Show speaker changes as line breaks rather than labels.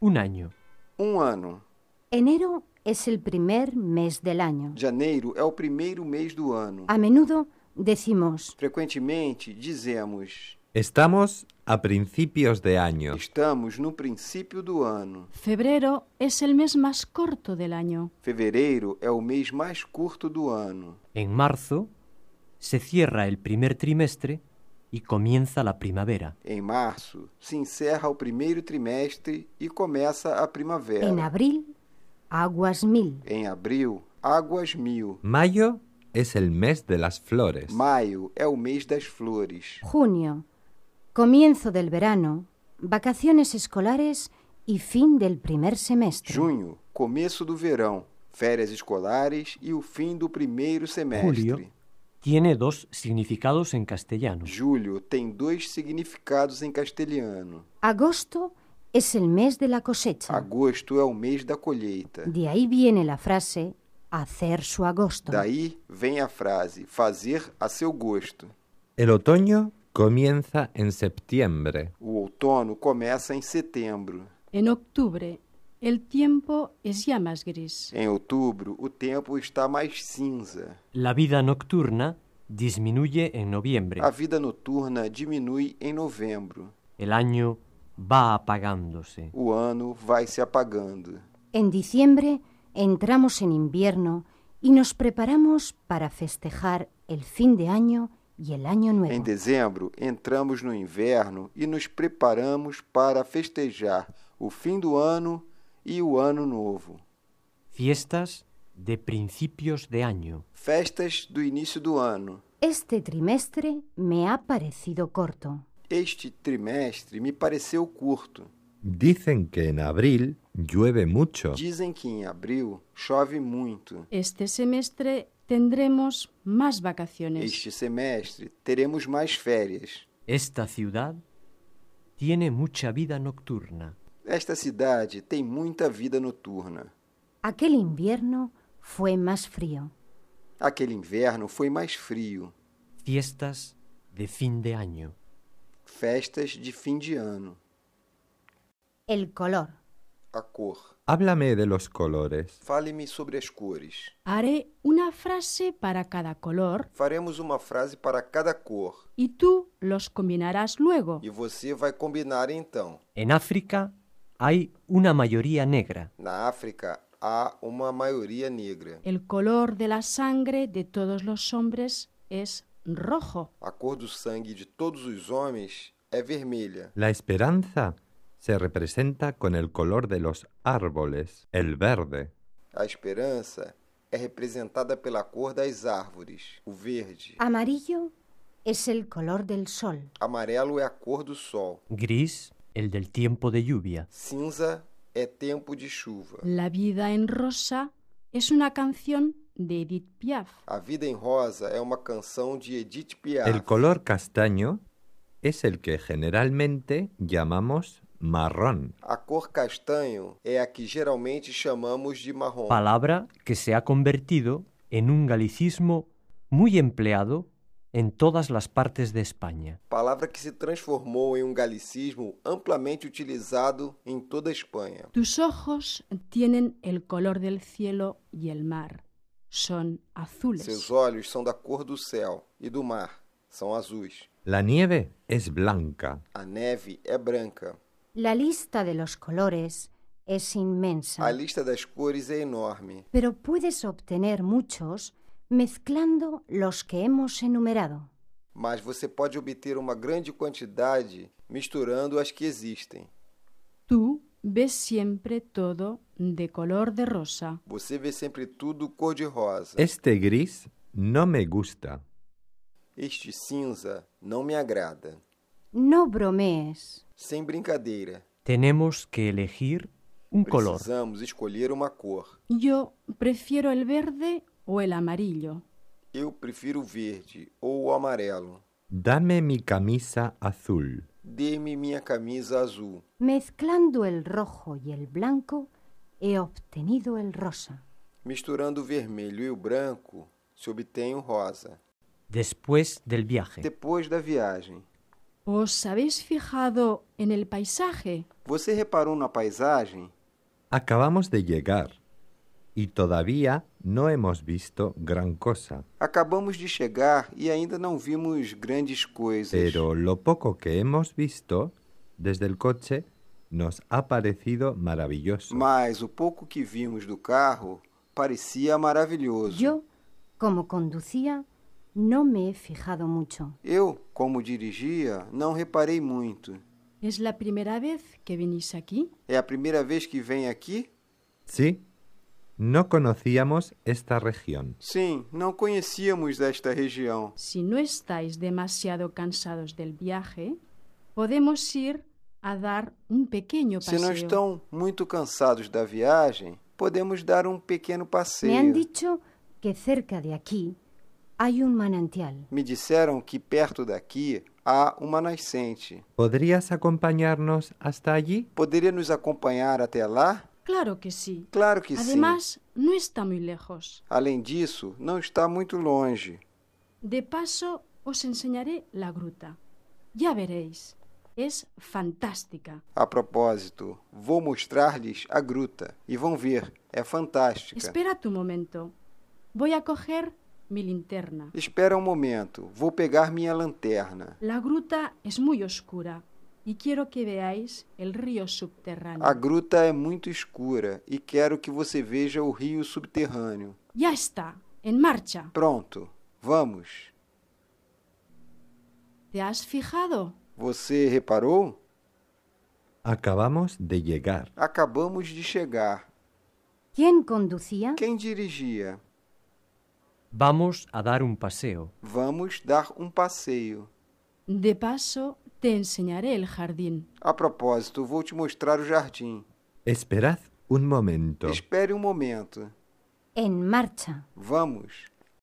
Un año.
Um ano.
Enero es el primer mes del año.
Janeiro é o primeiro mês do ano.
A menudo decimos
Frequentemente dizemos:
Estamos a principios de año.
estamos no princípio do ano.
Febrero es el mes más corto del año.
Fevereiro é o mês mais curto do ano.
En marzo se cierra el primer trimestre y comienza la primavera.
Em março, se encerra o primeiro trimestre e começa a primavera.
en abril aguas mil.
Em abril, águas mil.
Mayo es el mes de las flores.
Maio é o mês das flores.
Junio, comienzo del verano, vacaciones escolares y fin del primer semestre.
Junho, começo do verão, férias escolares e o fim do primeiro
Julio
semestre.
tiene dos significados en castellano.
Julho tem dois significados em castelhano.
Agosto es el mes de la cosecha.
Agosto é o mês da colheita.
De ahí viene la frase hacer su agosto.
Daí vem a frase fazer a seu gosto.
El otoño comienza en septiembre.
O outono começa em setembro.
En octubre, el tiempo es ya más gris.
Em outubro, o tempo está mais cinza.
La vida nocturna disminuye en noviembre.
A vida noturna diminui em novembro.
El año va apagándose.
O ano vai se apagando.
En diciembre entramos en invierno y nos preparamos para festejar el fin de año y el año
Em
nuevo.
dezembro, entramos no inverno e nos preparamos para festejar o fim do ano e o ano novo.
Fiestas de principios de año.
Festas do início do ano.
Este trimestre me ha parecido corto.
Este trimestre me pareceu curto.
Dicen que en abril llueve mucho.
Dizem que em abril chove muito.
Este semestre tendremos más vacaciones.
Este semestre teremos mais férias.
Esta ciudad tiene mucha vida nocturna.
Esta cidade tem muita vida noturna.
Aquel invierno fue más frío.
Aquele inverno foi mais frio.
Fiestas de fin de año.
Festas de fim de ano.
El color.
A cor.
Háblame de los colores.
Fale-me sobre as cores.
Haré una frase para cada color
Faremos uma frase para cada cor
y tú los combinarás luego.
e você vai combinar então.
En África hay una mayoría negra.
Na África há uma maioria negra.
El color de la sangre de todos los hombres es rojo.
A cor do sangue de todos os homens é vermelha.
La esperanza se representa con el color de los árboles, el verde.
A esperança é representada pela cor das árvores, o verde.
Amarillo es el color del sol.
Amarelo é a cor do sol.
Gris, el del tiempo de lluvia.
Cinza é tempo de chuva.
La vida en rosa es una canción de Edith Piaf.
A Vida em Rosa é uma canção de Edith Piaf.
El color castaño es el que generalmente llamamos marrón.
A cor castanho é a que geralmente chamamos de marrom.
Palabra que se ha convertido en un galicismo muy empleado en todas las partes de España.
Palavra que se transformou em um galicismo amplamente utilizado em toda a Espanha.
Tus ojos tienen el color del cielo y el mar. Son
Seus
azules.
olhos são da cor do céu e do mar, são azuis.
La nieve es blanca.
A neve é branca.
La lista de los colores es
A
inmensa,
lista das cores é enorme,
pero puedes obtener muchos mezclando los que hemos enumerado.
mas você pode obter uma grande quantidade misturando as que existem.
Tú ves siempre todo de color de rosa.
Você vê sempre tudo cor-de-rosa.
Este gris no me gusta.
Este cinza não me agrada.
No bromees.
Sem brincadeira,
Tenemos que elegir un Um color.
precisamos escolher uma cor.
Yo prefiero el verde o el amarillo.
Eu prefiro o verde ou o amarelo.
Dame mi camisa azul.
Dê-me minha camisa azul.
Mezclando el rojo y el blanco, he obtenido el rosa.
Misturando o vermelho e o branco, se obtém o rosa.
Después del viaje.
Depois da viagem,
¿Os habéis fijado en el paisaje?
Você reparou na paisagem?
Acabamos de llegar y todavía no hemos visto gran cosa,
Acabamos de chegar e ainda não vimos grandes coisas.
pero lo poco que hemos visto desde el coche nos ha parecido maravilloso.
Mas o pouco que vimos do carro parecia maravilhoso.
Yo, como conducía, no me he fijado mucho.
Eu, como dirigia, não reparei muito.
¿Es la primera vez que venís aquí?
É a primeira vez que vem aqui?
Sí, no conocíamos esta región.
Sim, não conhecíamos esta região.
Si no estáis demasiado cansados del viaje, podemos ir a dar un pequeño
Se
paseo.
não estão muito cansados da viagem, podemos dar um pequeno
Me han
passeio.
dicho que cerca de aquí hay un manantial.
Me disseram que perto daqui há uma nascente.
¿Podrías acompañarnos hasta allí?
Poderia nos acompanhar até lá?
Claro que sí.
Claro que sim.
Además, no está muy lejos.
Além disso, não está muito longe.
De paso, os enseñaré la gruta. Ya veréis. Es fantástica.
A propósito, vou mostrar-lhes a gruta e vão ver, é fantástica.
Espera tu momento. Voy a coger mi linterna.
Espera um momento, vou pegar minha lanterna.
La gruta es muy oscura y quiero que veáis el río subterráneo.
A gruta é muito escura e quero que você veja o rio subterrâneo.
Ya está, en marcha.
Pronto, vamos.
¿Te has fijado?
Você reparou?
Acabamos de llegar.
Acabamos de chegar.
¿Quién conducía?
Quem dirigia?
Vamos a dar un paseo.
Vamos dar um passeio.
De paso, te enseñaré el jardín.
A propósito, vou te mostrar o jardim.
Esperad un momento.
Espere um momento.
En marcha.
Vamos.